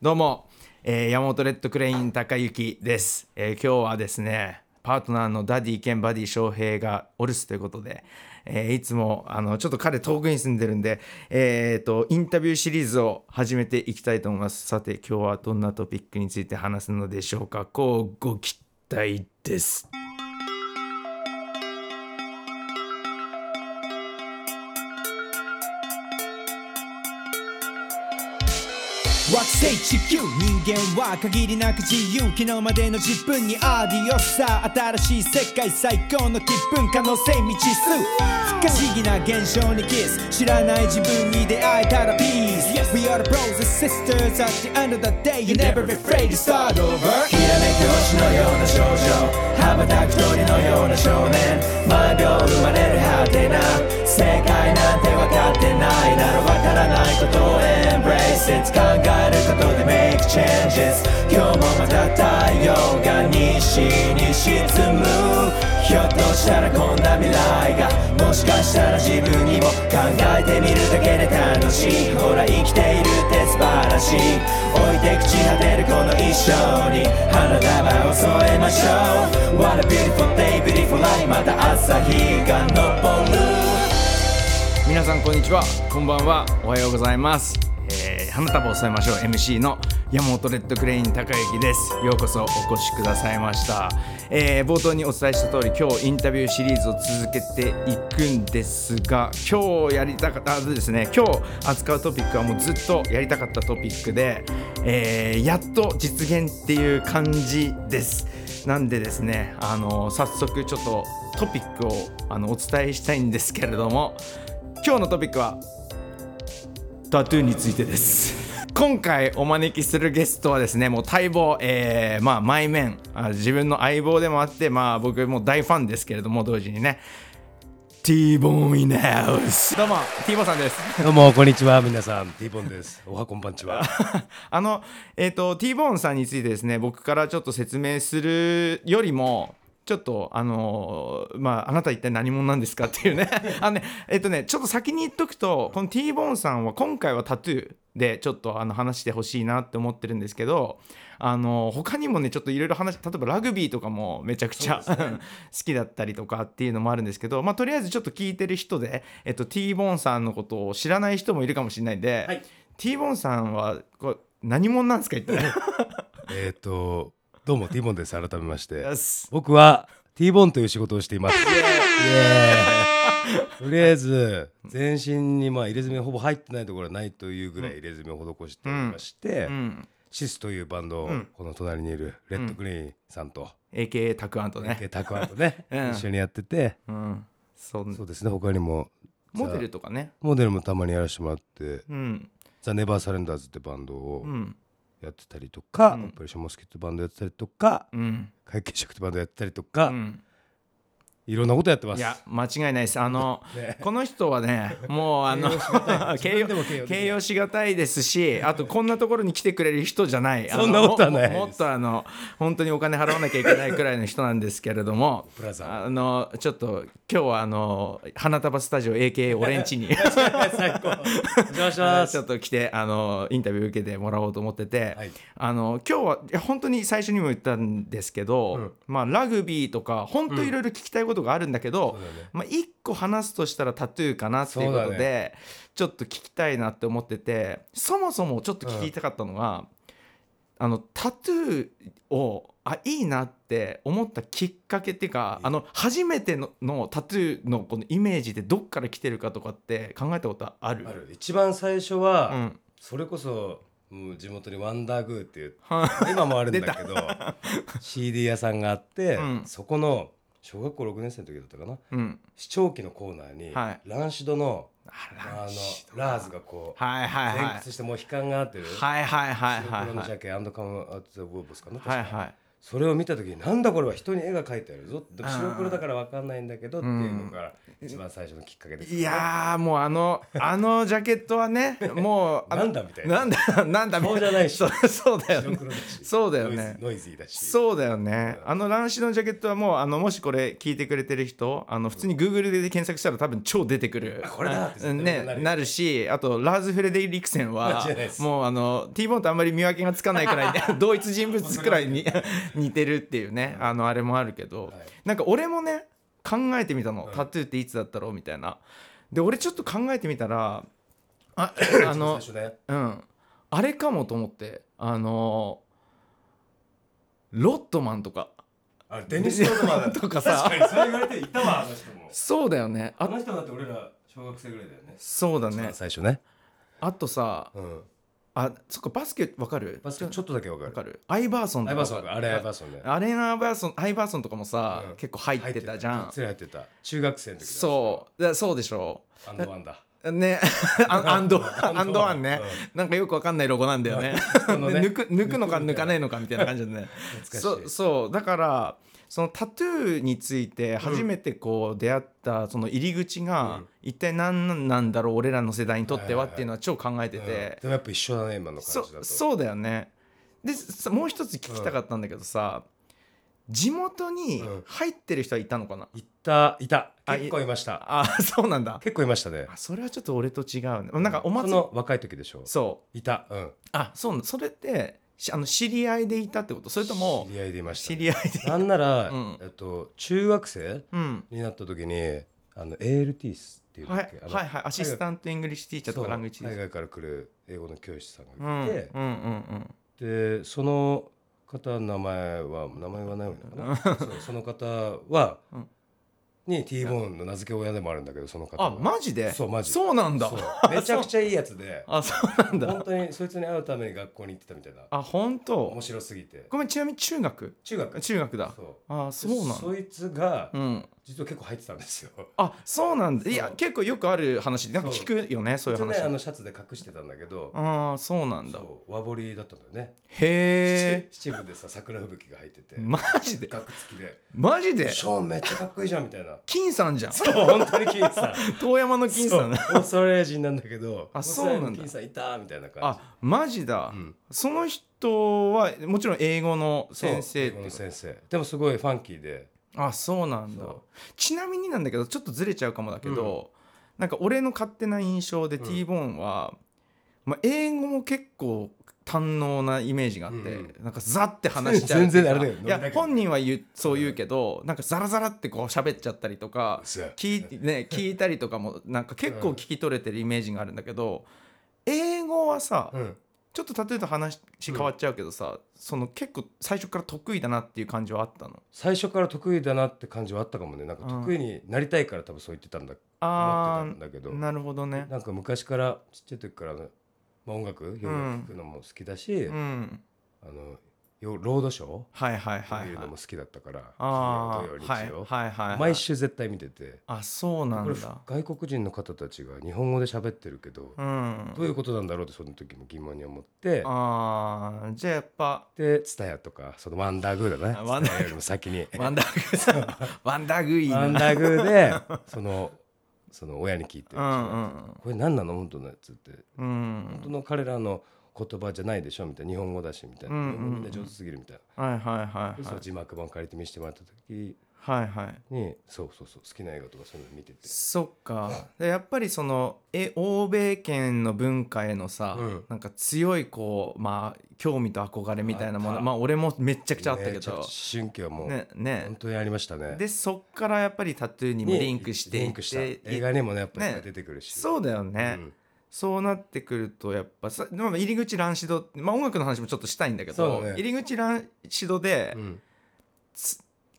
どうも、えー、山本レッドクレイン高幸です、えー今日はですねパートナーのダディ兼バディ翔平がお留守ということで、えーいつもあのちょっと彼遠くに住んでるんで、えー、とインタビューシリーズを始めていきたいと思いますさて今日はどんなトピックについて話すのでしょうかこうご期待です惑星地球人間は限りなく自由昨日までの自分にアーディオスさあ新しい世界最高の気分可能性未知数不可思議な現象にキス知らない自分に出会えたらピース We are the bros and sisters at the end of the day You never afraid to start over ひらめく星のような少女羽ばたく鳥のような少年毎秒生まれる果てな世界なんて分かってないなら分からないことを Embrace it 考えることで Make changes 今日もまた太陽が西に沈むひょっとしたらこんな未来がもしかしたら自分にも考えてみるだけで楽しいほら生きているって素晴らしい置いて朽ち果てるこの一生に花束を添えましょう What a beautiful day beautiful night また朝日が昇る皆さんこんにちはこんばんはおはようございます、えー、花束を添えましょう MC の山本レッドクレイン高之ですようこそお越しくださいました、えー、冒頭にお伝えした通り今日インタビューシリーズを続けていくんですが今日やりたかったあですね今日扱うトピックはもうずっとやりたかったトピックで、えー、やっと実現っていう感じですなんでですねあの早速ちょっとトピックをあのお伝えしたいんですけれども今日のトピックはタトゥーについてです今回お招きするゲストはですねもう待望、えーまあ前面あ自分の相棒でもあってまあ僕もう大ファンですけれども同時にね T ボーンインハウスどうも T ボーンさんですどうもこんにちは皆さんティーボンですおはこんばんちは あのえっ、と T ボーンさんについてですね僕からちょっと説明するよりもちょっとあのーまああなた一体何者なんですかっていうねあのねえっ、とねちょっと先に言っとくとこの T ボーンさんは今回はタトゥーでちょっとあの話してほしいなって思ってるんですけどあの他にもねちょっといろいろ話例えばラグビーとかもめちゃくちゃ、 好きだったりとかっていうのもあるんですけどまあとりあえずちょっと聞いてる人で、えっと、T ボーンさんのことを知らない人もいるかもしれないんで、T ボーンさんはこう何者なんですか一体えっとどうもティーボンです改めましてです僕はティーボンという仕事をしていますイエーイとりあえず全身にまあ入れ墨ほぼ入ってないところはないというぐらい入れ墨を施しておりまして、うんシスというバンドをうんこの隣にいるレッドグリーンさんと、 AKA タクアンとね、でタクワとね、うん一緒にやっててうん、そんそうですね他にもモデルとかねモデルもたまにやらせてもらってうんザ・ネバー・サレンダーズってバンドをうんやってたりとか、うんオペレーションモスキットバンドやってたりとか、うん会計職ってバンドやってたりとか、うんいろんなことやってます。いや間違いないですあのねこの人はねもうあ の 形容形容しがたいですしあとこんなところに来てくれる人じゃないあのそんなことはないももっとあの本当にお金払わなきゃいけないくらいの人なんですけれど もブラザーあのちょっと今日はあの花束スタジオ AKA オレンジに最高。お邪魔します。ちょっと来てあのインタビュー受けてもらおうと思ってて、はいあの今日はいや本当に最初にも言ったんですけど、うんまあ、ラグビーとか本当いろいろ聞きたいことがあるんだけど、そうだねまあ、1個話すとしたらタトゥーかなっていうことそうで、だちょっと聞きたいなって思っててそもそもちょっと聞きたかったのが、あのタトゥーをあいいなって思ったきっかけっていうかあの初めてののタトゥーのこのイメージでどっから来てるかとかって考えたことあるある一番最初は、うんそれこそ、うん地元にワンダーグーっていうは今もあるんだけど CD 屋さんがあって、うんそこの小学校6年生の時だったかなうん視聴器のコーナーに、はいランシドのああらのラーズがこう、はいはいはい前屈してもう悲観があってる、はいはいはい白はい黒のジはャいケアンドカムアットザウォーボスかな、はい確かはいそれを見た時になんだこれは人に絵が描いてあるぞって白黒だから分かんないんだけどっていうのが一番最初のきっかけです、いやーもうあのあのジャケットはねもうあのなんだみたいななんだなんだみたい顔じゃないしそうそうだよ白ね黒だしそうだよねノイズノイズイだしそうだよねあの乱視のジャケットはもうあのもしこれ聞いてくれてる人あの普通に Google で検索したら多分超出てくるこれだって絶うん対ねなるよなるしあとラーズ・フレデリクセンは間違いないですもうあの T ボーンとあんまり見分けがつかないくらいね 同一人物くらいに似てるっていうねあのあれもあるけど、なんか俺もね考えてみたの、タトゥーっていつだったろうみたいなで俺ちょっと考えてみたらあああのの最初ねうん、あれかもと思ってあのーロットマンとかあれデニス・ロードマンだったとかさ確かにそれ言われていたわあの人もそうだよねああの人だって俺ら小学生ぐらいだよねそうだね最初ねあとさうんあそっかバスケわかるバスケちょっとだけ分かわるかるアイバーソンアイとバーかソンあれアイバーソンねアレナ・アイバーソンアイバーソンとかもさ、うん結構入ってたじゃがっんつり入ってた中学生の時そうだそうでしょうアンドワンだ ねあアンドアンドワンアンドワンね、なんかよくわかんないロゴなんだよね 人のね抜く抜くのか抜かないのかみたいな感じでね懐そかしういそうだからそのタトゥーについて初めてこう出会ったその入り口が一体何なんだろう俺らの世代にとってはっていうのは超考えてうんてでもやっぱ一緒だね今のそ感じだとそうだよねでさもう一つ聞きたかったんだけどさ地元に入ってる人はいたのかなういたいたあい結構いましたあ そうなんだ結構いましたねあそれはちょっと俺と違うねなんかおそ祭りの若い時でしょそういたうんあそうなのそれってしあの知り合いでいたってことそれとも知り合いでいました知ねり合いでなんならうんえっと中学生うんになった時にあの ALT スっていうはのいはいはいアシスタントイングリッシュティーチャーとそうかラングイッチで海す外から来る英語の教師さんうがんいうて、んうんうんでその方の名前は名前はないのかなそうその方は、うんに T ボーンの名付け親でもあるんだけどその方あがマジでそうマジそうなんだそうめちゃくちゃいいやつであそう なんだ本当にそいつに会うために学校に行ってたみたいなあ本当面白すぎてごめんちなみに中学中学中学だそあうそうなんだそいつがうん実は結構入ってたんですよあそうなんだいやそう結構よくある話なんか聞くよね そういうそいつねあ話のシャツで隠してたんだけどああそうなんだそう和彫りだったんだよねへえ七分でさ桜吹雪が入っててマジで額付きでマジ「でショーンめっちゃかっこいいじゃん」みたいな金さんじゃんそう本当に金さん遠山の金そさうんオーストラリア人なんだけどあそうなんだオーストラリアの金さんいたみたいな感じあマジだ、うんその人はもちろん英語のそう先生っ英て語このと先生でもすごいファンキーであそうなんだそうちなみになんだけどちょっとずれちゃうかもだけど、なんか俺の勝手な印象でうん T ボーンは、まあ、英語も結構堪能なイメージがあって、うんなんかザって話しちゃう 全然あれだよいノリだやけど本人は言うそう言うけど、なんかザラザラってこう喋っちゃったりとかそう聞い,、ね、聞いたりとかもなんか結構聞き取れてるイメージがあるんだけど英語はさ、うんちょっと例えば話変わっちゃうけどさ、その結構最初から得意だなっていう感じはあったの最初から得意だなって感じはあったかもねなんか得意になりたいから多分そう言ってたんだあ思ってたんだけあどなるほどねなんか昔からちっちゃい時からねまあ音楽洋楽聴くのも好きだしうんあのよロードショーはいはいはい見るはのいも好きだったからあ金あ曜はい土曜日曜はいはい毎週絶対見ててあそうなこれんだ外国人の方たちが日本語で喋ってるけどうんどういうことなんだろうってその時も疑問に思ってあーじゃあやっぱで「ツタヤとかそのワンダーグーだねあワンダーグー TSUTAYA よりも先にワンダーグーさんワンダーグー いい ワンなダーグーでそのその親に聞いて、うんうんこれ何なの本当のやつってうんう本当んの彼らの言葉じゃないでしょみたいな日本語だしみたいな、うんうんうん日本語みんな上手すぎるみたいな、はいはいはいでそはのい字幕版借りて見せてもらった時はいはいにそうそうそう好きな映画とかそういうの見ててそっかでやっぱりそのえ欧米圏の文化へのさ、うんなんか強いこうまあ興味と憧れみたいなもあっのたまあ俺もめっちゃくちゃあったけめちゃくどちゃ思春期はもう、ね本ね当にありましたねでそっからやっぱりタトゥーにもにリンクしていってリンクしたい映画にもねやっぱねり出てくるしそうだよね、うんそうなってくるとやっぱさまあ入り口乱指導まあ音楽の話もちょっとしたいんだけそど、うね入り口乱指導で、うん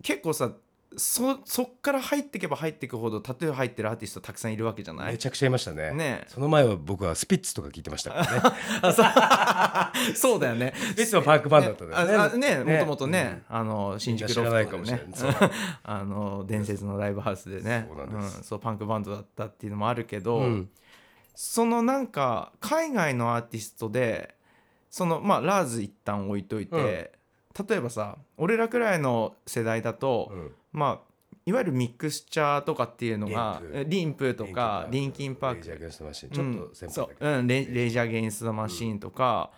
結構さそそっから入ってけば入ってくほどタトゥー入ってるアーティストたくさんいるわけじゃないめちゃくちゃいましたねねその前は僕はスピッツとか聞いてましたからねあ そうそうだよね。いつもパークバンだったんだああよね。ねもともとね、あのう ん。新宿知ロらフないトかもしでれないね。そう あの伝説のライブハウスでねそうなんですそうパンクバンドだったっていうのもあるけど、うんそのなんか海外のアーティストでそのまあラーズ一旦置いといて、例えばさ俺らくらいの世代だと、うんまあいわゆるミクスチャーとかっていうのがリンプえリンプとかリンキンパークレイジャーゲンストマシンちょっと先輩だけうど、んそう、うん、レレイジャー・ゲインス・ザ・マシーンとか、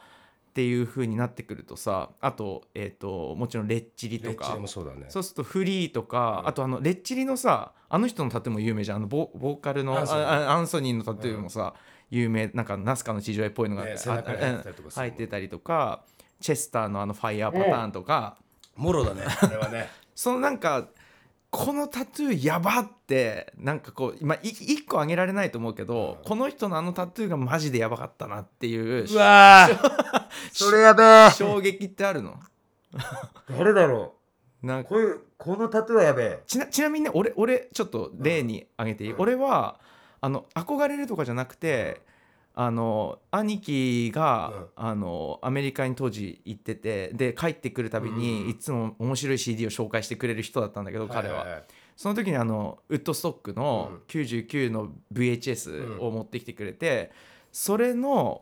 っていう風になってくるとさあと,、えー、ともちろんレッチリレとッチかリもそうだねそうするとフリーとか、あとあのレッチリのさあの人のタトゥーも有名じゃんあのボボーカルのアンソニーああアンソニーのタトゥーもさ、有名なんかナスカの地上絵っぽいのが、ねあ背中に入ってたりとかする入ってたりとかチェスターのあのファイヤーパターンとか、もろだねあれ はねそのなんかこのタトゥーやばってなんかこう今1個あげられないと思うけど、この人のあのタトゥーがマジでやばかったなっていううわー それやべえ衝撃ってあるの誰だろなんうかこういうこのタトゥーはやべえちなちなみにね俺俺ちょっと例に挙げていい、うん俺はあの憧れるとかじゃなくてあの兄貴が、あのアメリカに当時行っててで帰ってくるたびに、うんいつも面白い CD を紹介してくれる人だったんだけど、彼は。いいいその時にあのウッドストックのうん99の VHS を持ってきてくれて、それの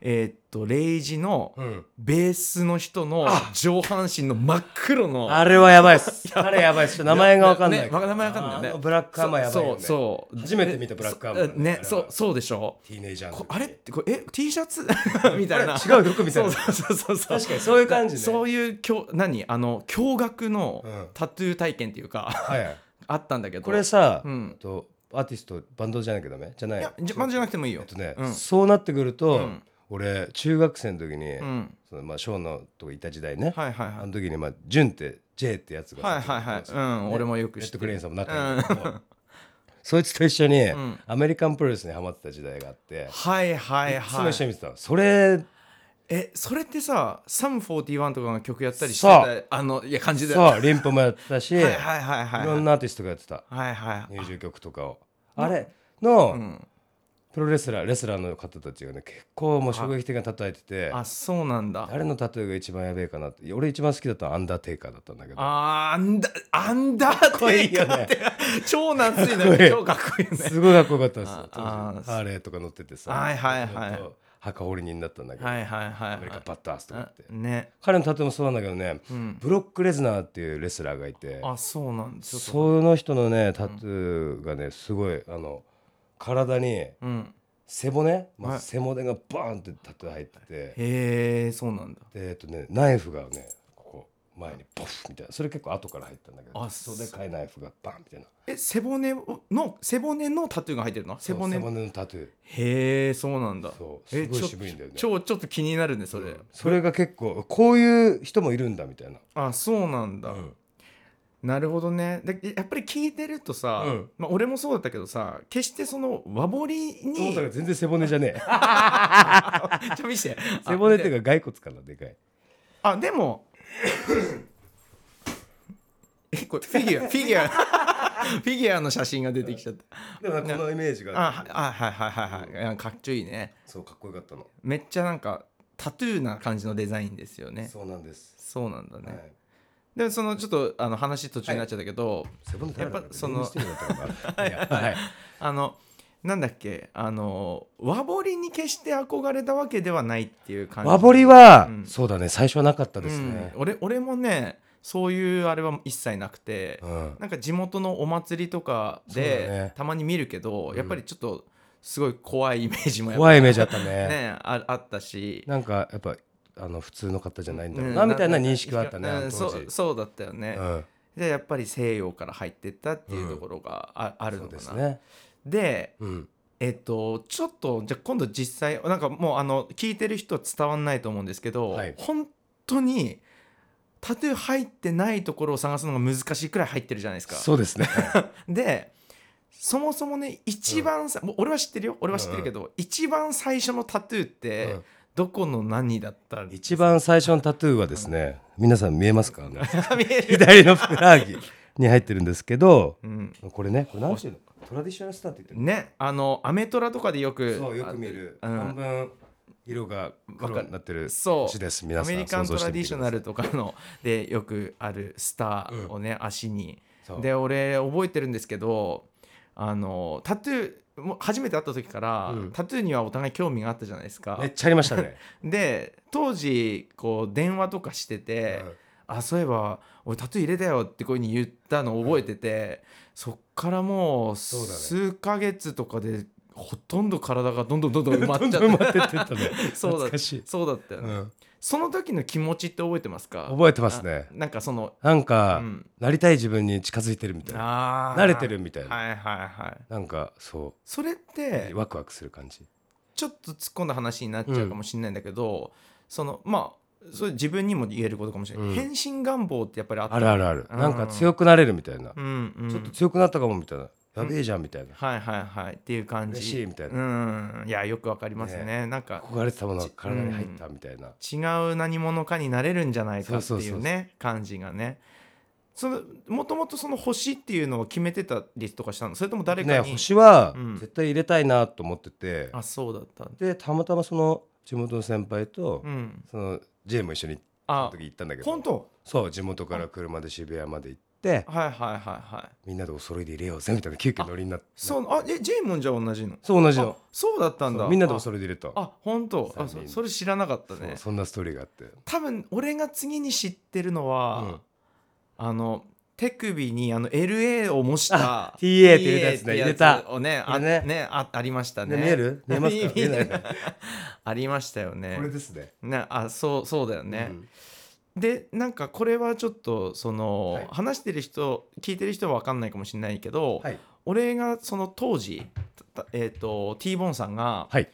えーっとレイジのうんベースの人のあ上半身の真っ黒のあれはやばいっす。あれやばいっす。名前がわかんないねわ名前わかんないよねあのブラックアーマーやばいよね。う。そうそう初めて見たブラックアーマーだねねそうそうでしょティーネイジャーのこ時。あれってこれえ T シャツ みたいなあれ違うよく見そたうらそうそうそうそう確かにそういう感じね。そういうきょ何あの驚愕うのんタトゥー体験っていうか はい。あったんだけどこれさ、うんえっとアーティストバンドじゃなきゃダメじゃないい。やじゃ,、まあ、じゃなくてもいいよえっとね、うんそうなってくると、うん俺中学生の時に、うんそのまあショーのとこいた時代ね。はいはいはいあの時にまあジュンって J ってやつがさはいはいはいうん俺もよく知ってるレッドクレインさんも仲いいんだけど、そいつと一緒にんアメリカンプロレスにハマってた時代があって、はいはいそのは一緒い。に見てたのそれえ、それってさ、サム41とかが曲やったりしてそうたあの、いや、感じだよね。そうリンプもやったし、はいいはいはいはい。ろんな。なアーティストがやってたはいはい。入場曲とかをあれの、んプロレスラーレスラーの方たちがね結構もう衝撃的なタトゥー入っててあ、そうなんだ。誰のタトゥーが一番やべえかなって俺一番好きだったのはアンダーテイカーだったんだけどあーアンダアンダーこテイいいカよーっねて超懐いかっこいねい超かっこいいねすごいかっこよかったんですよ当時ああーハーレーとか乗っててさはいはいはいちょっと墓織り人だったんだけど、はいはいはいアメリカはバッターズとかっていね彼のタトゥーもそうなんだけどね、うんブロック・レズナーっていうレスラーがいてあそうなんですうその人のねタトゥーがねすごいあの体にうん背骨、まはいあ、背骨がバーンってタトゥー入ってて、へえそうなんだでえっとねナイフがねここ前にボフみたいなそれ結構後から入ったんだけどあそでかいナイフがバンみたいなえ背骨の背骨のタトゥーが入ってるの背そう骨背骨のタトゥーへえそうなんだそうえすごいちょ渋いんだよね超ちょっと気になるねそれそれが結構こういう人もいるんだみたいな、あそうなんだ、うんなるほどねでやっぱり聞いてるとさ、うんまあ、俺もそうだったけどさ決してその和彫り思にったら全然背骨じゃね えちょ見せて背骨っていうか骸骨かなでかいあでもえこれフィギュアフィギュ アフィギュアの写真が出てきちゃったでもなんかこのイメージがあはあはいはいはいはいいやかっちょいいねそうかっこよかったのめっちゃなんかタトゥーな感じのデザインですよねそうなんです、そうなんだね、はいでもそのちょっとあの話途中になっちゃったけど、背骨誰だろうやっぱその弁護士っていうのだったのかないやはいあのなんだっけあの和彫りに決して憧れたわけではないっていう感じ和彫りは、うんそうだね最初はなかったですねうん、俺俺もねそういうあれは一切なくて、うんなんか地元のお祭りとかそで、うだねたまに見るけど、やっぱりちょっとすごい怖いイメージもやっぱ怖いイメージあったね ねああったし。なんかやっぱあの普通の方じゃないんだろううんなみたいな認識はあったね、うんあの当そ時う。そうだったよね、うんでやっぱり西洋から入ってったっていうところがあ,、あるそのうかでなすね。でうん。えっとちょっとじゃあ今度実際なんかもうあの聞いてる人は伝わんないと思うんですけど、はい本当にタトゥー入ってないところを探すのが難しいくらい入ってるじゃないですか。そうですね。でそもそもね一番さ、もう俺は知ってるよ俺は知ってるけど、一番最初のタトゥーって、うんどこの何だったん見一番最初のタトゥーはですね、皆さん見えますか？あの える、左のふくらはぎに入ってるんですけどう、ん、これね、これ何ていうの？トラディショナルスターって言ってねあのアメトラとかでよくる。そうよく見る。うん半分色が黒になってるそう星です。皆アさメんリカ想ント像しラてディみてショくナださいル。とかのでよくあるスターをね、足にそうで俺覚えてるんですけどあのタトゥーもう初めて会った時から、うんタトゥーにはお互い興味があったじゃないですかめっちゃありましたね。で当時こう電話とかしてて、うんあ そういえば俺タトゥー入れたよってこういうふうに言ったのを覚えてて、そっからもうそうだね数ヶ月とかでほとんど体がどんどんどんどん埋まっちゃっ どんどんて埋まってってった ねそうだ懐かしいそうだったよね、うんその時の気持ちって覚えてますか覚えてますねあなんかそのなんか、うんなりたい自分に近づいてるみたいなあー慣れてるみたいなはいはいはいなんかそそれっうてワクワクする感じちょっと突っ込んだ話になっちゃうかもしれないんだけど、そのまあそれ自分にも言えることかもしれない、うん変身願望ってやっぱりあったあるあるあるうんなんか強くなれるみたいなうんうん、ちょっと強くなったかもみたいなやべえじゃんみたいなはいはいはいっていう感じ嬉しいみたいなうんいやよくわかりますねなんか憧れてたものが体に入ったみたいな違う何者かになれるんじゃないかってそういそううそうね感じがねそのもともとその星っていうのを決めてたりとかしたのそれとも誰ねかに、星はうん絶対入れたいなと思っててあそうだったんだでたまたまその地元の先輩とうんその J も一緒にそのあ時行ったんだけ本ど当そう地元から車で渋谷まで行ってはいはいはいはいみんなでお揃いで入れようぜみたいな急遽乗りになってそうあえジェイモンじゃ同じのそう同じあのそうだったんだそうみんなでおあ揃いで入れたあ本当あ三そ人それ知らなかったそねうそんなストーリーがあって多分俺が次に知ってるのは、うんあの手首にあの LA を模したあ TA って入れたやつね TA って入れたをねあこれねねあありましたねね見える見えますか 見えない見えなありましたよねこれですねねあそうそうだよねう、んでなんかこれはちょっとその、はい話してる人聞いてる人は分かんないかもしれないけど、はい俺がその当時たえっ、と T ボーンさんがはい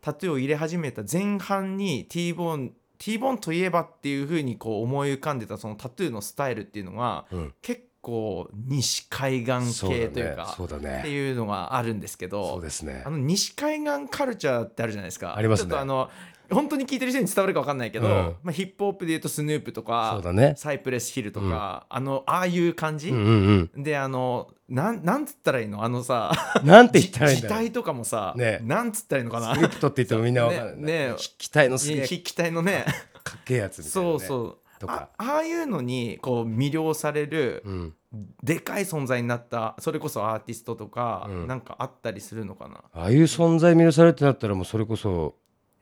タトゥーを入れ始めた前半に T ボーン T ボーンといえばっていう風にこう思い浮かんでたそのタトゥーのスタイルっていうのがうん結構西海岸そうだ系ねというかそうだってねいうのがあるんですけそうどですねあの西海岸カルチャーってあるじゃないですかありまちすねょっとあの本当に聞いてる人に伝わるか分かんないけど、うんまあ、ヒップホップで言うとスヌープとそうか、だねサイプレスヒルとか、あのああいう感じ、うんうんうんであのなんなんつったらいいのあのさなんて言ったらいいんじ字 だろう体とかもさ、ねなんつったらいいのかなスクリプトって言ってもみんなわかんない。ねね筆記体のすげえ筆記体のねかっけえやつみたいな、ね。そうそうとあか。ああいうのにこう魅了される、うん。でかい存在になったそれこそアーティストとか、うんなんかあったりするのかなやっああいう存在見るされるってなったらもうそれこそ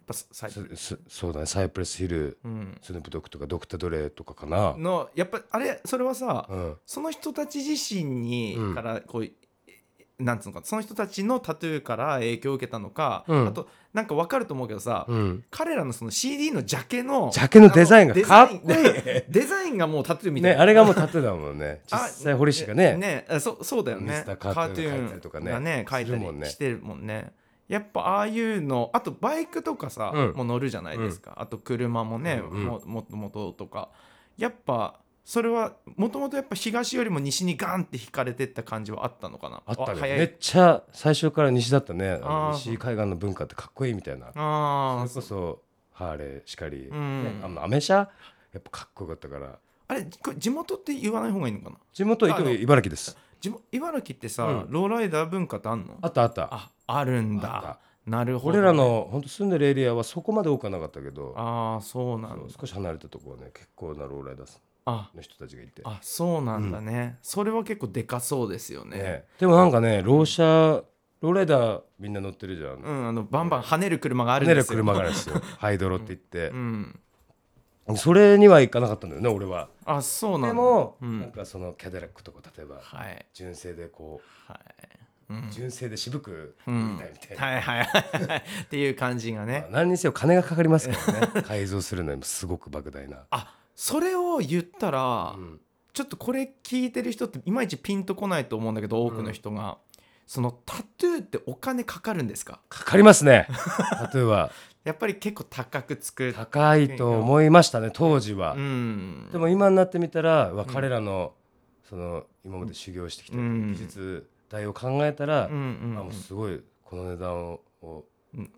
ぱ最すすそうだねサイプレスヒルうんスヌープドッグとかドクター・ドレとかかな。のやっぱあれそれはさ、うん。その人たち自身にうんからこう、なんつうのかその人たちのタトゥーから影響を受けたのか、うんあとなんかわかると思うけどさ、うん。彼らのその CD のジャケのジャケのデザインがあのかっこいいデザイン ねデザインがもうタトゥーみたいねな、あれがもう縦だもんね。実 あ際堀氏がねねあそうそうだよミねスターカートゥーン描いたりとかねカートゥーンがするねも描いたんねりしてるもんねやっぱああいうのあとバイクとかさ、うんもう乗るじゃないですか、あと車もね、うんうんももともととかやっぱそれはもともとやっぱ東よりも西にガンって引かれてった感じはあったのかなあったね。早いめっちゃ最初から西だったね。あのあー西海岸の文化ってかっこいいみたいな。あそれこそハーレーしかり。うんねあのアメ車やっぱかっこよかったから。ああれこれ地元って言わない方がいいのかな地元は茨城です。地元茨城ってさ、うんローライダー文化ってあんのあったあった。ああるんだあったなるほどね、俺らの本当住んでるエリアはそこまで多くはなかったけどああそうなそんうだ少し離れたところはね結構なローライダーあの人たちがいて、あそうなんだね、それは結構でかそうですよねね、でもなんかねローシャローライダーみんな乗ってるじゃん、う跳んあのバンバン跳ねる車があるんねでるすよ車があるんですよハイドロって言ってう、んそれには行かなかったんだよね俺はあそうなんだでも、うんなんかそのキャデラックとか例えばはい純正でこはいうう、ん純正で渋くうみんたいみたいな、はいはいはい はいっていう感じがねまあ何にせよ金がかかりますから ね改造するのにもすごく莫大な、あそれを言ったら、うんちょっとこれ聞いてる人っていまいちピンとこないと思うんだけど多くの人が、そのタトゥーってお金かかるんですかかかります ねタトゥーはやっぱり結構高く作る高いと思いましたね当時は、うんでも今になってみたら、うわ彼らのその今まで修行してきたうん技術代を考えたら、うんうんあもうすごいこの値段ををうんうん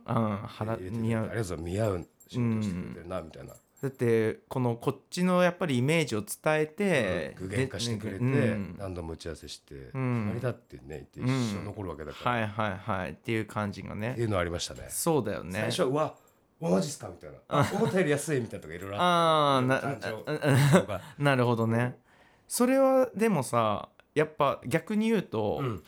腹入れてくれて見合あうりがとう見合う仕事をしてくれてるなみたいな、だってこのこっちのやっぱりイメージを伝えて、具現化してくれうて、ん何度も打ち合わせして決んまりだってね言ってうん一生残るわけだから、はいはいはいっていう感じがっていねうのはありましたねそうだよね最初はうわマジっすかみたいな思ったより安いみたいなとかいろいろああな感情な なるほどねそれはでもさやっぱ逆に言うと、うん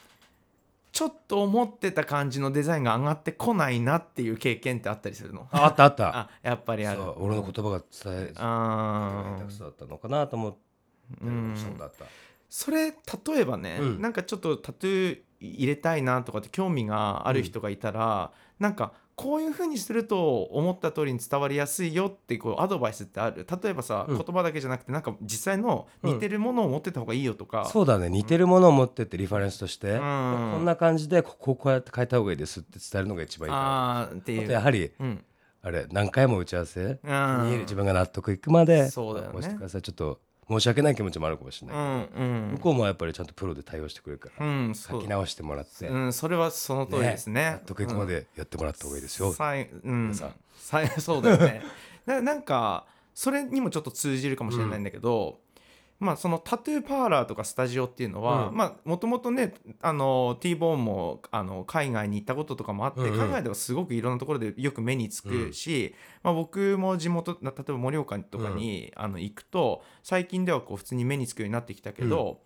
ちょっと思ってた感じのデザインが上がってこないなっていう経験ってあったりするのあったあったあやっぱりあるそう俺の言葉が伝えあ下手ーくそだったのかなと思ってうんそうだったそれ例えばね、うんなんかちょっとタトゥー入れたいなとかって興味がある人がいたら、なんかこういう風にすると思った通りに伝わりやすいよってこうアドバイスってある例えばさ、うん言葉だけじゃなくてなんか実際の似てるものを持ってた方がいいよとか、そうだね似てるものを持ってってリファレンスとして、うんこんな感じでここをこうやって変えた方がいいですって伝えるのが一番いいかあーってらいあうとやはりうんあれ何回も打ち合わせ、見えるうん自分が納得いくまでそうだよねこしてくださいちょっと申し訳ない気持ちもあるかもしれうない、んうん向こうもやっぱりちゃんとプロで対応してくれるから、うんそ書うき直してもらって、うんそれはその通りですね納得いくまでやってもらった方がいいですよ、さいうん、さんさい そうだよねななんかそれにもちょっと通じるかもしれないんだけど、まあそのタトゥーパーラーとかスタジオっていうのはうんまあもともとねあの T ボーンもあの海外に行ったこととかもあって、うんうん海外ではすごくいろんなところでよく目につくし、まあ、僕も地元な例えば盛岡とかに、あの行くと最近ではこう普通に目につくようになってきたけど、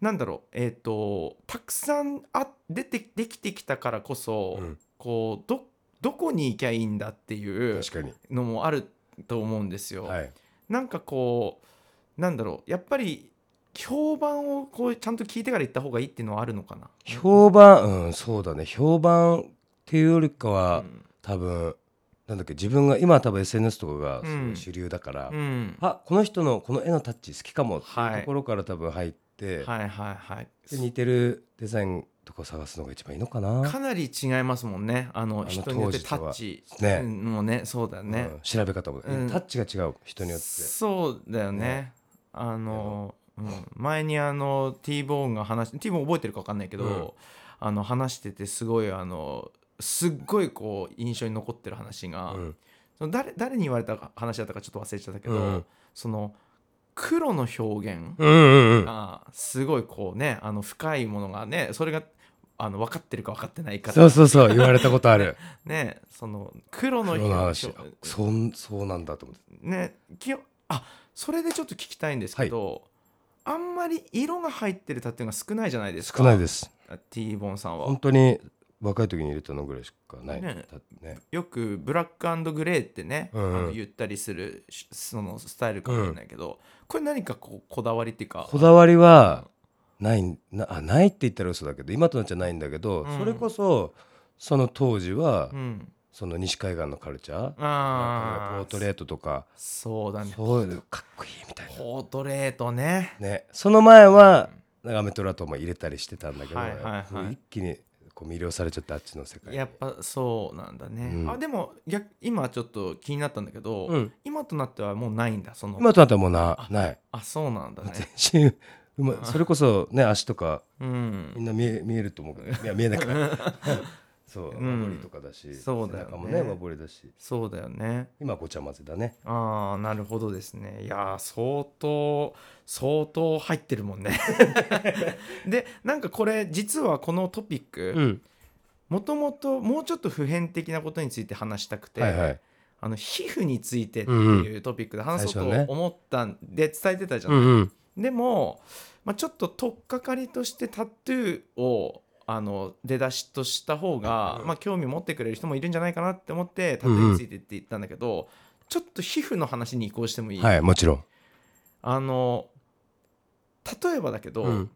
なんだろうえっ、とたくさんあ出てできてきたからこそ、うんこうどどこに行きゃいいんだっていう確かに、のもあると思うんですよ。はい、なんかこうなんだろうやっぱり評判をこうちゃんと聞いてから行った方がいいっていうのはあるのかな。評判、うん、そうだね評判っていうよりかは、うん多分なんだっけ自分が今多分 SNS とかがすうごんい主流だから、うん、あこの人のこの絵のタッチ好きかもってはいいうところから多分入って、はいはいはい。で似てるデザインとかを探すのが一番いいのかなかなり違いますもんねあのの人によってタッ当チとはねうんもうねそうだよねうん、調べ方も、うんタッチが違う人によってそうだよねねあの、うん前にあの T ボーンが話し T ボーン覚えてるか分かんないけど、うんあの話しててすごいあのすっごいこう印象に残ってる話が、うんその誰誰に言われたか話だったかちょっと忘れちゃったけど、うんその黒の表現うんうんうんがすごいこうねあの深いものがねそれがあの分かってるか分かってないかそうらそうそう言われたことあるね その黒のその話表そんそうなんだと思ってねきよあそれでちょっと聞きたいんですけど、あんまり色が入ってるタトゥーが少ないじゃないですか少ないでですす T ボーンさんは本当に若い時に入れたのぐらいしかないねだねよくブラックグレーってね、うんうんあの言ったりするしそのスタイルかもしれないけど、これ何かこうこだわりっていうかこだわりはないなあないって言ったら嘘だけど今となっちゃないんだけど、うんそれこそその当時は、うんその西海岸のカルチャーあーポートレートとかそうだねそういうのかっこいいみたいなポートレートねねその前はアメトラとも入れたりしてたんだけど、はいはいはいもう一気にこう魅了されちゃったあっちの世界にやっぱそうなんだね、うんあでも逆今ちょっと気になったんだけど、うん今となってはもうないんだその今となってはもうなないあそうなんだね、全身うまそれこそね足とかうんみん、な見え見えると思う けどいや見えないからそううん上りとかだし、そうだよね背中もね上りだしそうだよね今ごちゃ混ぜだねああなるほどですねいやー相当相当入ってるもん ねでなんかこれ実はこのトピックんもともともうちょっと普遍的なことについて話したくて、はいはいあの皮膚についてっていうトピックで話そうと思ったんで伝えてたじゃない、うんでも、まあ、ちょっと取っかかりとしてタトゥーをあの出だしとした方が、まあ、興味持ってくれる人もいるんじゃないかなって思ってタトゥーについてって言ったんだけど、ちょっと皮膚の話に移行してもいい、はいもちろんあの例えばだけど、うん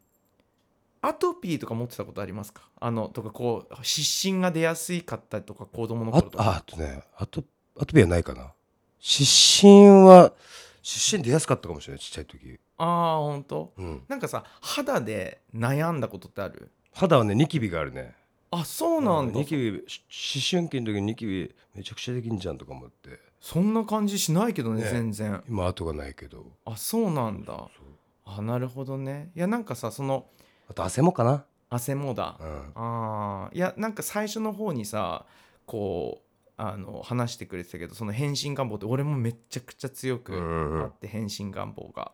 アトピーとか持ってたことありますかあのとかこう湿疹が出やすいかったりとか子供のあ頃とかああとねあとあとビはないかな湿疹は湿疹出やすかったかもしれないちっちゃい時ああ本当うんなんかさ肌で悩んだことってある肌はねニキビがあるねあそうなんだ、ニキビし思春期の時にニキビめちゃくちゃできんじゃんとか思ってそんな感じしないけどねね全然今後がないけどあそうなんだそうあなるほどねいやなんかさそのあと汗もかな汗もだ、うんあーいやなんか最初の方にさこうあの話してくれてたけどその変身願望って俺もめちゃくちゃ強くうんうんあって変身願望が。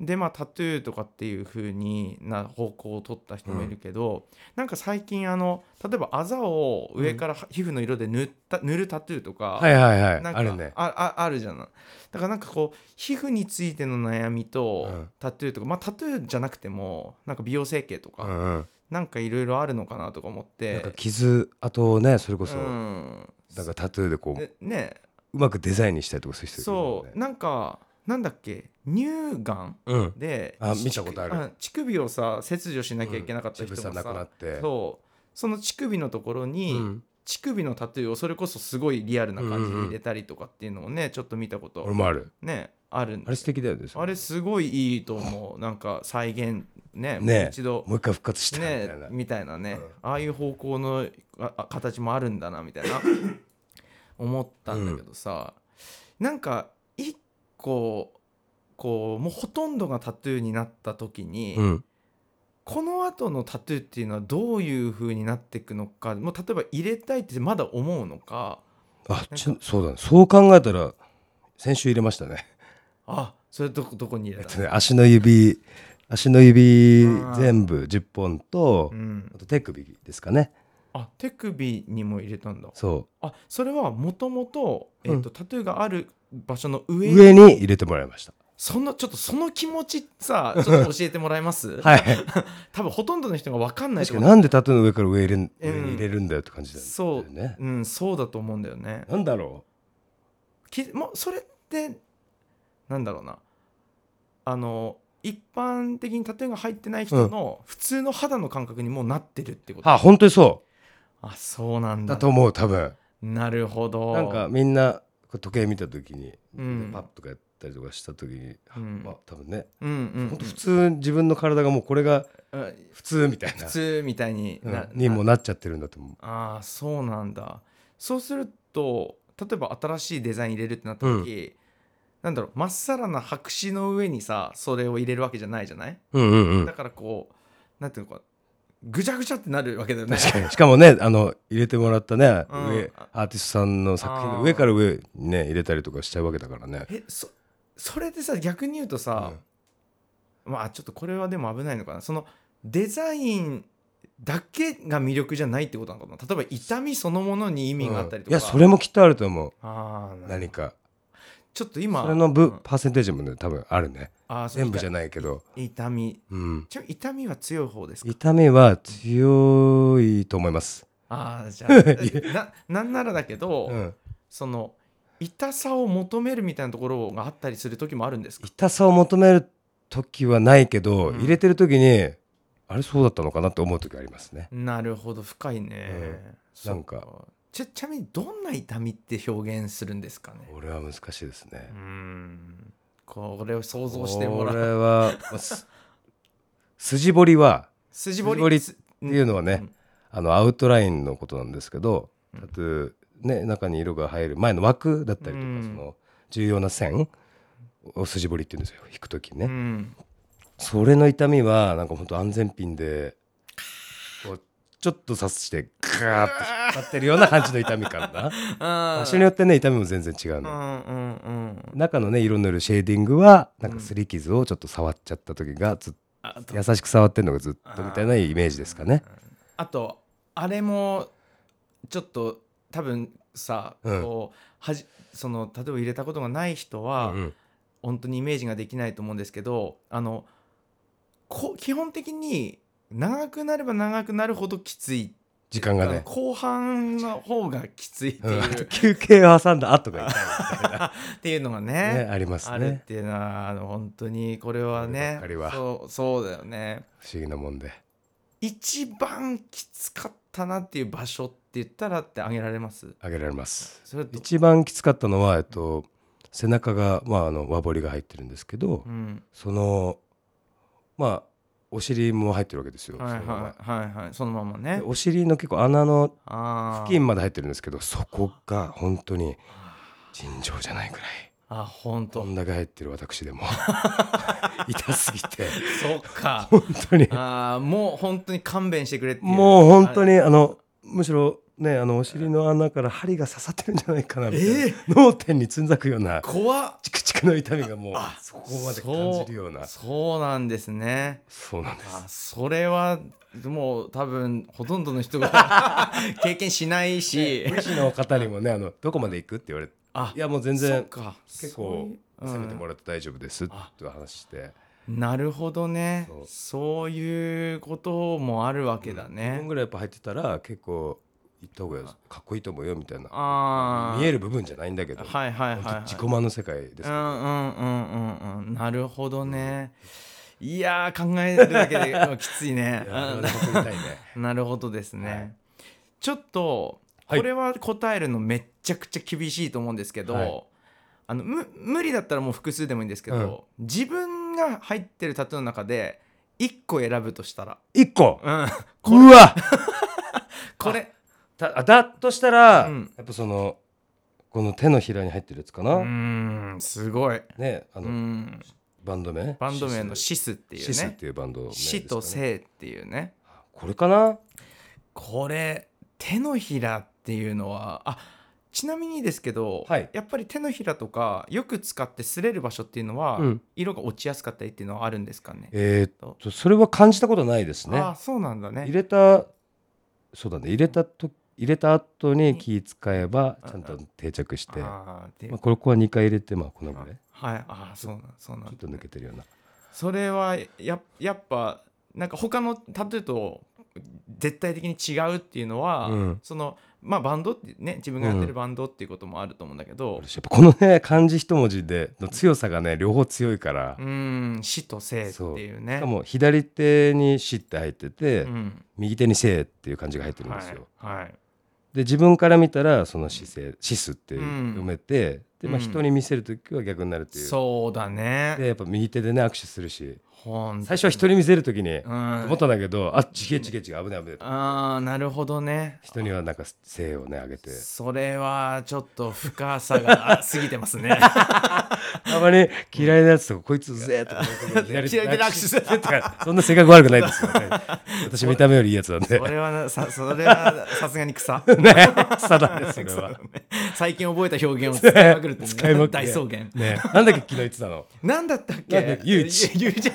でまあタトゥーとかっていう風にな方向を取った人もいるけど、なんか最近あの例えばあざを上から皮膚の色で塗った塗るタトゥーとか、はいはいはいなんかあるねあああるじゃないだからなんかこう皮膚についての悩みと、うんタトゥーとかまあタトゥーじゃなくてもなんか美容整形とか、うんうんなんかいろいろあるのかなとか思っなんかて傷あとねそれこそ、うんなんかタトゥーでこうえねうまくデザインにしたりとかそういう人いるもそんうなんかなんだっけ乳がんう、うん、であ見たことあるうん乳首をさ切除しなきゃいけなかったうん人も渋さなくなさっ、てそうその乳首のところに、うん乳首のタトゥーをそれこそすごいリアルな感じで入れたりとかっていうのをねちょっと見たこと俺もあるねあるんあれ素敵だよねそあれすごいいいと思うなんか再現ねねもう一度もう一回復活したみたいねな、みたいなねうんああいう方向のああ形もあるんだなみたいな思ったんだけどさなんか一個こうもうほとんどがタトゥーになった時に、うんこの後のタトゥーっていうのはどういう風になっていくのかもう例えば入れたいってまだ思うのかあちょそうだねそう考えたら先週入れましたねあそれどこどこに入えれったとね足の指足の指うん全部10本とうあん、と手首ですかねあ手首にも入れたんだそあそれはもともと,、えー、とタトゥーがある場所のう上に上に入れてもらいましたそんなちょっとその気持ちさちょっと教えてもらえます はい多分ほとんどの人が分かんない確と思かうになんでタトゥーの上から上入れんうん上に入れるんだよって感じだよねそう、ねうん、そうだと思うんだよねなんだろきもうそれってなんだろうなあの一般的にタトゥーが入ってない人の普通の肌の感覚にもうなってるってこうと、あ本当にそあそうなんうだだと思う多分なるほどなんかみんなこう時計見た時にうんパッとかやったりとかした時にうんまあ多分ねうんうん本当普通自分の体がもうこれがうん普通みたい普な通みたいにうな、んにもなっちゃってるんだと思うああそうなんだそうすると例えば新しいデザイン入れるってなった時、なんだろうまっさらな白紙の上にさそれを入れるわけじゃないじゃない、うんうんうんだからこうなんていうのかぐちゃぐちゃってなるわけだよね確かにしかもねあの入れてもらったね、うん上アーティストさんの作品の上から上にね入れたりとかしちゃうわけだからねえそそれでさ逆に言うとさ、まあちょっとこれはでも危ないのかなそのデザインだけが魅力じゃないってことなのかな例えば痛みそのものに意味があったりとか、うんいやそれもきっとあると思うあーな何かちょっと今それの分、うんパーセンテージもね多分あるねあーそう全部じゃないけど、痛みうん、ちなみに痛みは強い方ですか痛みは強いと思います、ああじゃ あななんならだけど、うん、その痛さを求めるみたいなところがあったりする時もあるんですか痛さを求める時はないけど、うん入れてる時にあれそうだったのかなって思う時ありますねなるほど深いね、うんそっなんちょちなみにどんな痛みって表現するんですかね俺は難しいですねうーんこれを想像してもらこうれは、まあす 筋彫りは筋彫り筋彫りすっていうのはね、うんあのアウトラインのことなんですけどうんタトゥー、ね、中に色が入る前の枠だったりとか、うんその重要な線を筋彫りって言うんですよ引く時ね、うんそれの痛みはなんか本当安全ピンでこうちょっと刺してガーッて引っ張ってるような感じの痛みか なあ場所によってね痛みも全然違ううの、んうんうん中のね色塗るシェーディングはなんか擦り傷をちょっと触っちゃった時がずっとあと優しく触ってるのがずっとみたいなイメージですかねあとあれもちょっと多分さ、うんこうはじその例えば入れたことがない人は、うん本当にイメージができないと思うんですけどあのこ基本的に長くなれば長くなるほどきつい時間がねあの後半の方がきついっていう,、うんっ 休憩を挟んだ後が痛いていうの がね ねありますあるっねていうのはあの本当にこれはこれねばっかりはそうそうだよね不思議なもんで一番きつかったなっていう場所って言ったらってあげられますあげられますそれと一番きつかったのは、えっと、背中が、まあ、あの和彫りが入ってるんですけど、うんそのまあお尻も入ってるわけですよ、はいはそのままいはいはいそのままねでお尻の結構穴のあ付ー近まで入ってるんですけどそこが本当に尋常じゃないくらいあ本ど当んだけ入ってる私で も痛すぎてそっか本当にあーもう本当に勘弁してくれっていうもう本当あにあのむしろねあのお尻の穴から針が刺さってるんじゃないかなみたいな、え脳天につんざくような怖っチクチクの痛みがもうあそこまで感じるようなそうそうなんですねそうなんですあそれはもう多分ほとんどの人が 経験しないし、医師の方にもねあのどこまで行くって言われてあいやもう全そっ然か結構そういう攻めてうんもらって大丈夫ですあと話してなるほどねそうそういうこともあるわけだ1ね、本ぐらいやっぱ入ってたら結構行った方がかっこいいと思うよみたいなああ見える部分じゃないんだけど、はいはいはい、はい、自己満の世界ですうから、んうんうんうんうんなるほどね、いやー考えるだけで きついねいやあれは本当に痛いねうんなるほどですね、はいちょっとはいこれは答えるのめっちゃくちゃ厳しいと思うんですけど、はいあのむ無理だったらもう複数でもいいんですけど、自分が入ってるタトゥーの中で1個選ぶとしたら、一個うん、うわこれたあだとしたら、うんやっぱそのこの手のひらに入ってるやつかな、うーんすごいねあうの、んバンド名バンド名のシスっていうシスっねていうバンド名ですかね死と生っていうねこれかなこれ手のひらっていうのはあちなみにですけど、はいやっぱり手のひらとかよく使って擦れる場所っていうのは、うん色が落ちやすかったりっていうのはあるんですかね。えーっとそれは感じたことないですねあそうなんだ入ね。れたそうだね入れたと入れた後に気使えばうんちゃんと定着してあまーであこれここは2回入れてまあこのぐらいちはい、あーそうなんそうなょっんとだ抜けてるようなそれはややっぱなんか他のタトゥーと絶対的に違うっていうのは、うんそのまあバンドってね自分がやってるバンドっていうこともあると思うんだけど、やっぱこのね漢字一文字での強さがね両方強いからうーん死と生っていうね。しかも左手に「し」って入っててうん右手に「せ」っていう漢字が入ってるんですよはいはいで自分から見たらその姿勢シスってうん読めて、でうまあ、ん人に見せる時は逆になるっていう,、そうだねでやっぱ右手でね握手するしほん最初は人に見せる時にう思っんたんだけど、あちげちげちげ危ない危ないあーなるほどね人にはなんか性をね上げてそれはちょっと深さが過ぎてますねたまに嫌いなやつとかこいつう ぜえとか思って 嫌いで握手するとかそんな性格悪くないですよ ね私見た目よりいいやつなんでそれはなさそれはさすがに草ね草だ ねそれは 最近覚えた 表現を使いまくるってね使いまくって大草原ねなんだっけ昨日言って たのなんだったっなんだけっけゆういち ゆゆういち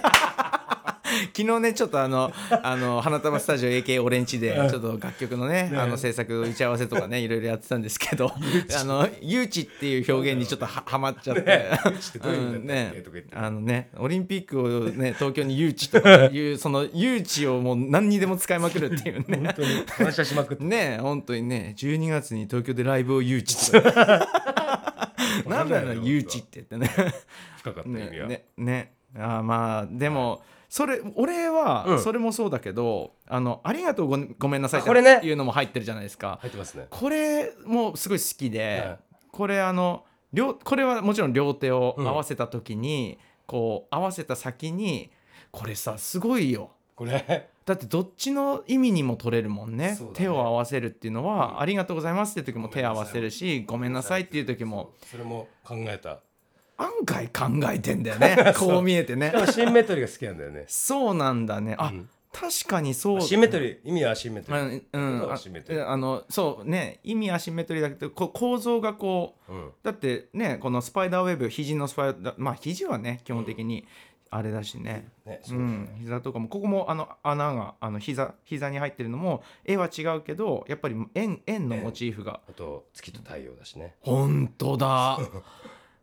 昨日ねちょっとあの あの花束スタジオ AK 俺んちでちょっと楽曲のねあの制作打ち合わせとか ねいろいろやってたんですけど「あの誘致」っていう表現にちょっとははまっちゃってて どういう意味だっうたっけんねとか言ってあのねオリンピックをね東京に誘致と かいうその誘致をもう何にでも使いまくるっていうね 本当に感謝しまくってねえ本当にね12月に東京でライブを誘 致とかなんだろう誘致って言ってね深かった意味ねは、ねねあーまあでも、それ俺うはんそれもそうだけど、あのありがとうごごめんなさいっあこれねていうのも入ってるじゃないですか入ってますねこれもすごい好きで、はいこれあの両これはもちろん両手を合わせた時に、こう合わせた先にこれさすごいよこれだってどっちの意味にも取れるもんねそうだね手を合わせるっていうのは、ありがとうございますっていう時もごめ手んな合さいわせるしごめんなさいっていう時もそうそれも考えた案外考えてんだよ ねこう見えてねでもシンメトリーが好きなんだよねそうなんだね。あ、うん確かにそう。シンメトリー意味はシンメトうリー、ん、うん、アあシンメトリーあのそうね意味アシンメトリーだけどこう構造がこううんだってねこのスパイダーウェブ肘のスパイダーまあ肘はね基本的にあれだしね、ねそううですねん、膝とかもここもあの穴があの膝膝に入ってるのも絵は違うけどやっぱり円円のモチーフがあと月と太陽だしね本当 だ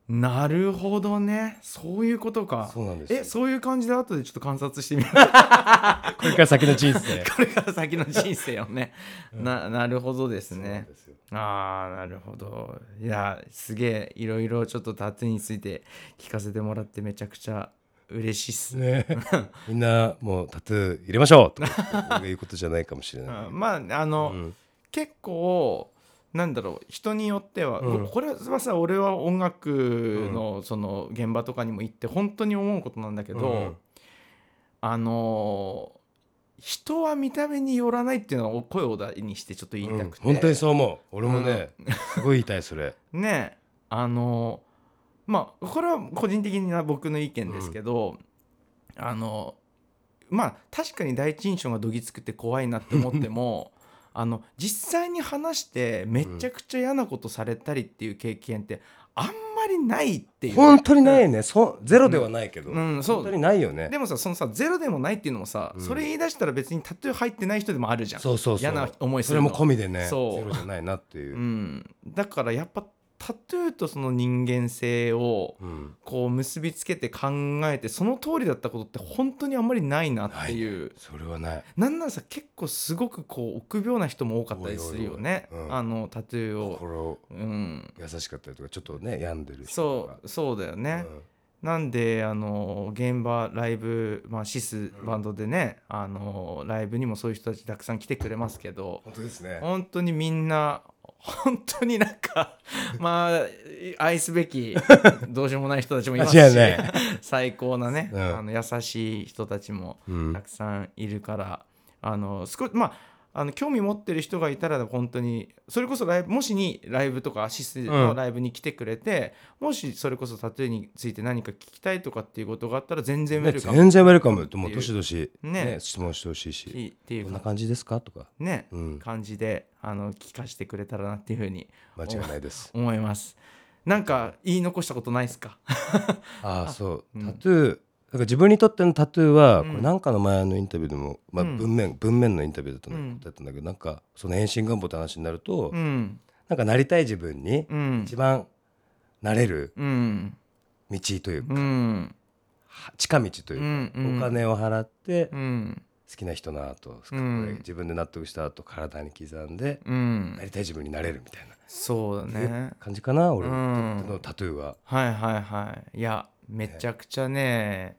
なるほどねそういうことかそうなんですよえそういう感じで後でちょっと観察してみようこれから先の人生これから先の人生をね、ななるほどですねすよああなるほどいやすげえいろいろちょっとタトゥーについて聞かせてもらってめちゃくちゃ嬉しいっすねねみんなもうタトゥー入れましょうとか僕が言うことじゃないかもしれないあまああの、うん結構なんだろう人によっては、うんここれはさ俺は音楽のその現場とかにも行って本当に思うことなんだけど、うんあのー人は見た目によらないっていうのを声を大にしてちょっと言いたうんくて、本当にそう思う俺もねすごい痛いそれねえあのまあこれは個人的な僕の意見ですけど、あのまあ確かに第一印象がどぎつくて怖いなって思って もあの実際に話してめちゃくちゃ嫌なことされたりっていう経験ってあんまりないっていう。本当にないねそゼロではないけどうん本うんそう当にないよねでもさそのさゼロでもないっていうのもさ、うんそれ言い出したら別にタトゥー入ってない人でもあるじゃんそうそうそ嫌うな思いすそるれのも込みでねゼそう、ロじゃないなっていううんだからやっぱタトゥーとその人間性をうんこう結びつけて考えてその通りだったことって本当にあんまりないなっていう、それはないなんならさ結構すごくこう臆病な人も多かったりするよねおいおいおいうんあのタトゥーを。心うん、優しかったりとかちょっとね病んでる人とそかうそうだよね、なんであの現場ライブ、まあ、シスバンドでね、あのライブにもそういう人たちたくさん来てくれますけど本当ですね本当にみんな本当になんかまあ愛すべきどうしようもない人たちもいますし、 間違 いない最高なね、うんあの優しい人たちもうんたくさんいるから、あの少まああの興味持ってる人がいたら本当にそれこそライブもしにライブとかアシスのライブに来てくれて、もしそれこそタトゥーについて何か聞きたいとかっていうことがあったら全然ウェねルカム全然ウェルカムもうどしどしねね質問してほしいしきっていこうんなか感じですかとかね、うん感じであの聞かせてくれたらなっていうふうに間違いないです思います。なんか言い残したことないですか？ああそううんタトゥーなんか自分にとってのタトゥーは、うんこれなんかの前のインタビューでも、まあ、うん文面、文面のインタビューだったうんんだったんだけど、なんかその変身願望って話になると、うんなんかなりたい自分にうん一番なれるうん道というか、うんは近道といううか、んうんお金を払ってう好んきな人の後、うんこれ自分で納得した後体に刻んで、うんなりたい自分になれるみたいそうだねな。感じかな、う俺のん。タトゥーは。はいはいはい。いやめちゃくちゃね、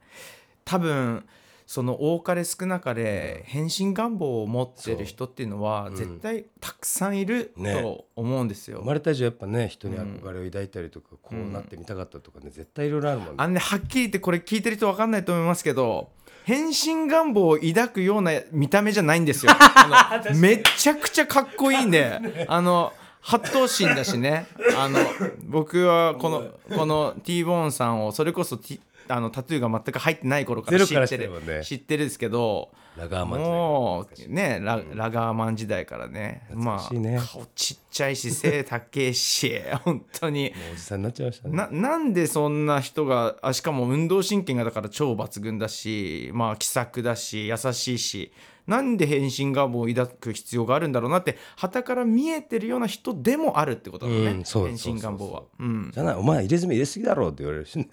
多分その多かれ少なかれ変身願望を持ってる人っていうのはそううん絶対たくさんいるねと思うんですよ生。まれた以上やっぱね人に憧れを抱いたりとか、こうなってみたかったとかね絶対いろいろあるもんね。あんねはっきり言ってこれ聞いてる人わかんないと思いますけど変身願望を抱くような見た目じゃないんですよ あのめちゃくちゃかっこいいんであの八頭身だしねあの僕はこのこの T ボーンさんをそれこそ、T、あのタトゥーが全く入ってない頃からゼ知ロからっしててるもね知ってるですけどラガーマンもうねララガーマン時代からね懐かしいねまあ顔ちっちゃいし背高えし 本当に。おじさんになっちゃいましたね。ななんでそんな人があしかも運動神経がだから超抜群だしまあ気さくだし優しいしなんで変身願望を抱く必要があるんだろうなって傍から見えてるような人でもあるってことだもんね、うんそう変身願望は。そうん、じゃないお前入れ墨入れすぎだろうって言われ るしね。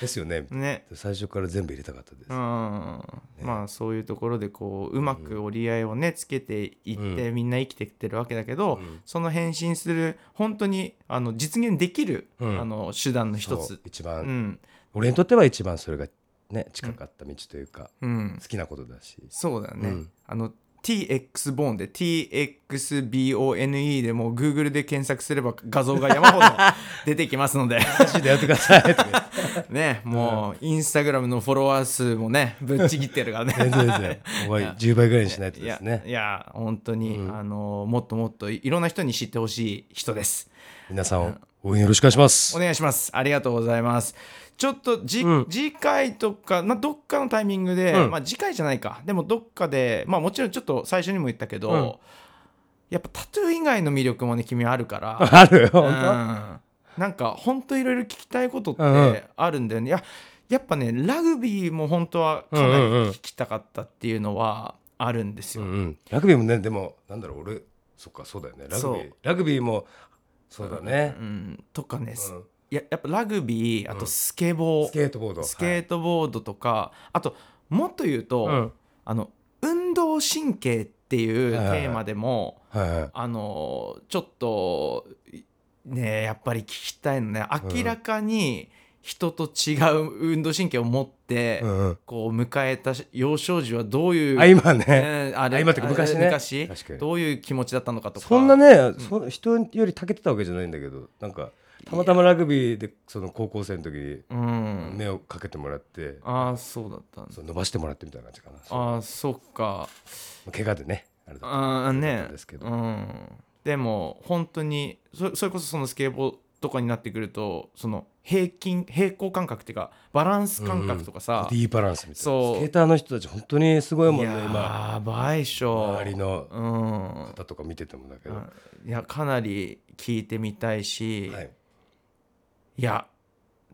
ですよね。ね最初から全部入れたかったです。うんまあそういうところでこううまく折り合いをねつけていって、みんな生きてきてるわけだけど、その変身する本当にあの実現できる、うんあの手段の一そうつ。一番、うん俺にとっては一番それがね近かった道というか、うん好きなことだし。そうだよね、うんあの TX ボーンで TXBONE でもう Google で検索すれば画像が山ほ ど出てきますのでマジでやってくださいって。ねもうインスタグラムのフォロワー数もねぶっちぎってる からね 全然全然。お前10倍ぐらいにしないといでやすねい。や本当に、あのもっともっといいろんな人に知ってほしい人です皆さん応援よろしくお願いしますお。願いしますありがとうございますちょっとじ、次回とか、まあ、どっかのタイミングで、うんまあ次回じゃないかでもどっかでまあもちろんちょっと最初にも言ったけど、んやっぱタトゥー以外の魅力もね君あるからあるよう 本んなんか本当いろいろ聞きたいことっうんうんてあるんだよね。いややっぱねラグビーも本当はかなり聞きたかったっていうのはあるんです当。よ。うんうん。ラグビーもねでもなんだろう俺そっかそうだよねラグそビーうラグビーもそうだねう。ん、とかね、すうんいややっぱラグビーあとスケボー、スケートボード。スケートボードとか、あともっと言うと、うんあの運動神経っていうテーマでも、はいはいはい。あのちょっとねやっぱり聞きたいのねうん明らかに人と違う運動神経を持って、うんうん。こう迎えた幼少時はどういうあ今ね。えーあれあ今っていうか昔ねあ昔確かにどういう気持ちだったのかとかそんなね、そ人より長けてたわけじゃないんだけどなんかたまたまラグビーでその高校生の時うん、に目をかけてもらって、ああそうだったんだそう伸ばしてもらってみたいな感じかなそうああそっか怪我でねあれだったああだったねんですけどうん、でも本当にそそれこそそのスケボーとかになってくるとその平均平衡感覚っていうかバランス感覚とかさ、ボディーバランスみたいなそうスケーターの人たち本当にすごいもんね今やばいっしょ周りのうん方とか見ててもだけど、いやかなり聞いてみたいし、、はいい、や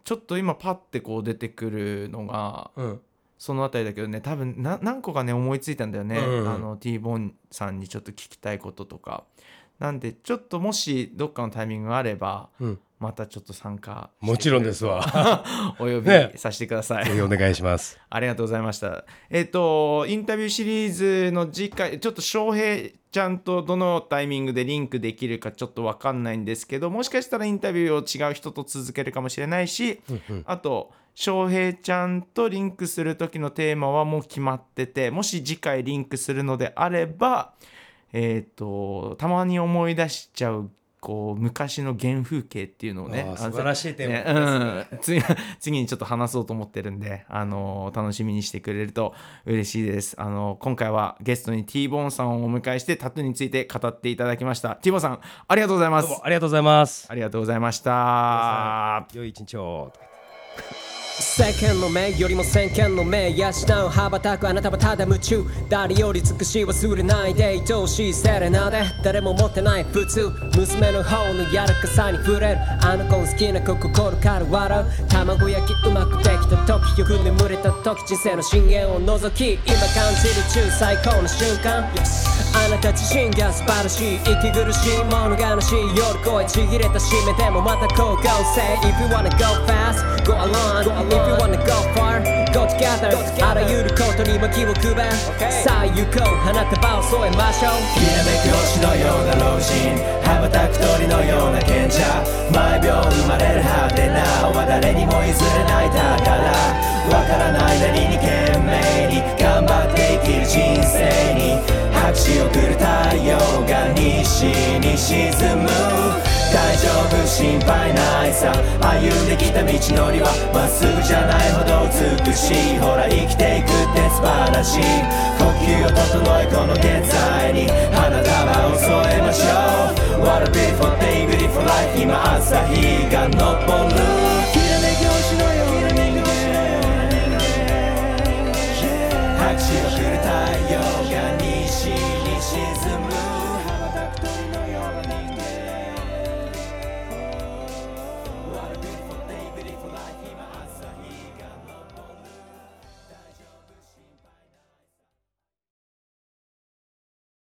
ちょっと今パッてこう出てくるのがうん、そのあたりだけどね多分な何個かね思いついたんだよね、うんうんうんあの T ボンさんにちょっと聞きたいこととかなんでちょっともしどっかのタイミングがあれば、うんまたちょっと参加もちろんで すわ。お呼ねびさせてください、ぜひお願いします。ありがとうございました。えっ、と、インタビューシリーズの次回、ちょっと翔平ちゃんとどのタイミングでリンクできるかちょっとわかんないんですけど、もしかしたらインタビューを違う人と続けるかもしれないし、あと、翔平ちゃんとリンクする時のテーマはもう決まってて、もし次回リンクするのであれば、えっ、と、たまに思い出しちゃう、こう、昔の原風景っていうのをね、あーあの素晴らしいテーマねうん、次次にちょっと話そうと思ってるんで、あの楽しみにしてくれると嬉しいです、あの今回はゲストに T ボーンさんをお迎えしてタトゥーについて語っていただきました T ボーンさんありがとうございまどうすもありがとうございます。ありがとうございました良い一日を。世間の目よりも先見の目養う羽ばたくあなたはただ夢中誰より尽くし忘れないで愛おしいセレナで誰も持ってない普通娘の方の柔らかさに触れるあの子を好きな子心から笑う卵焼きうまくできた時よく眠れた時人生の深淵を覗き今感じる中最高の瞬間あなた自身が素晴らしい息苦しいもの悲しい夜声ちぎれた締めでもまたこう Go say if you wanna go fast go alone if you wanna go far go together あらゆることにも気を配るさあ行こう花束を添えましょうきらめく星のような老人羽ばたく鳥のような賢者毎秒生まれる派手なは誰にも譲れないだからわからないなりに懸命に頑張って生きる人生に拍手を送る太陽が西に沈む大丈夫心配ないさ歩んできた道のりはまっすぐじゃないほど美しいほら生きていくって素晴らしい呼吸を整えこの現在に花束を添えましょう What a beautiful day beautiful life 今朝日が昇るきらめき星のような人間拍手をくる太陽が西に沈む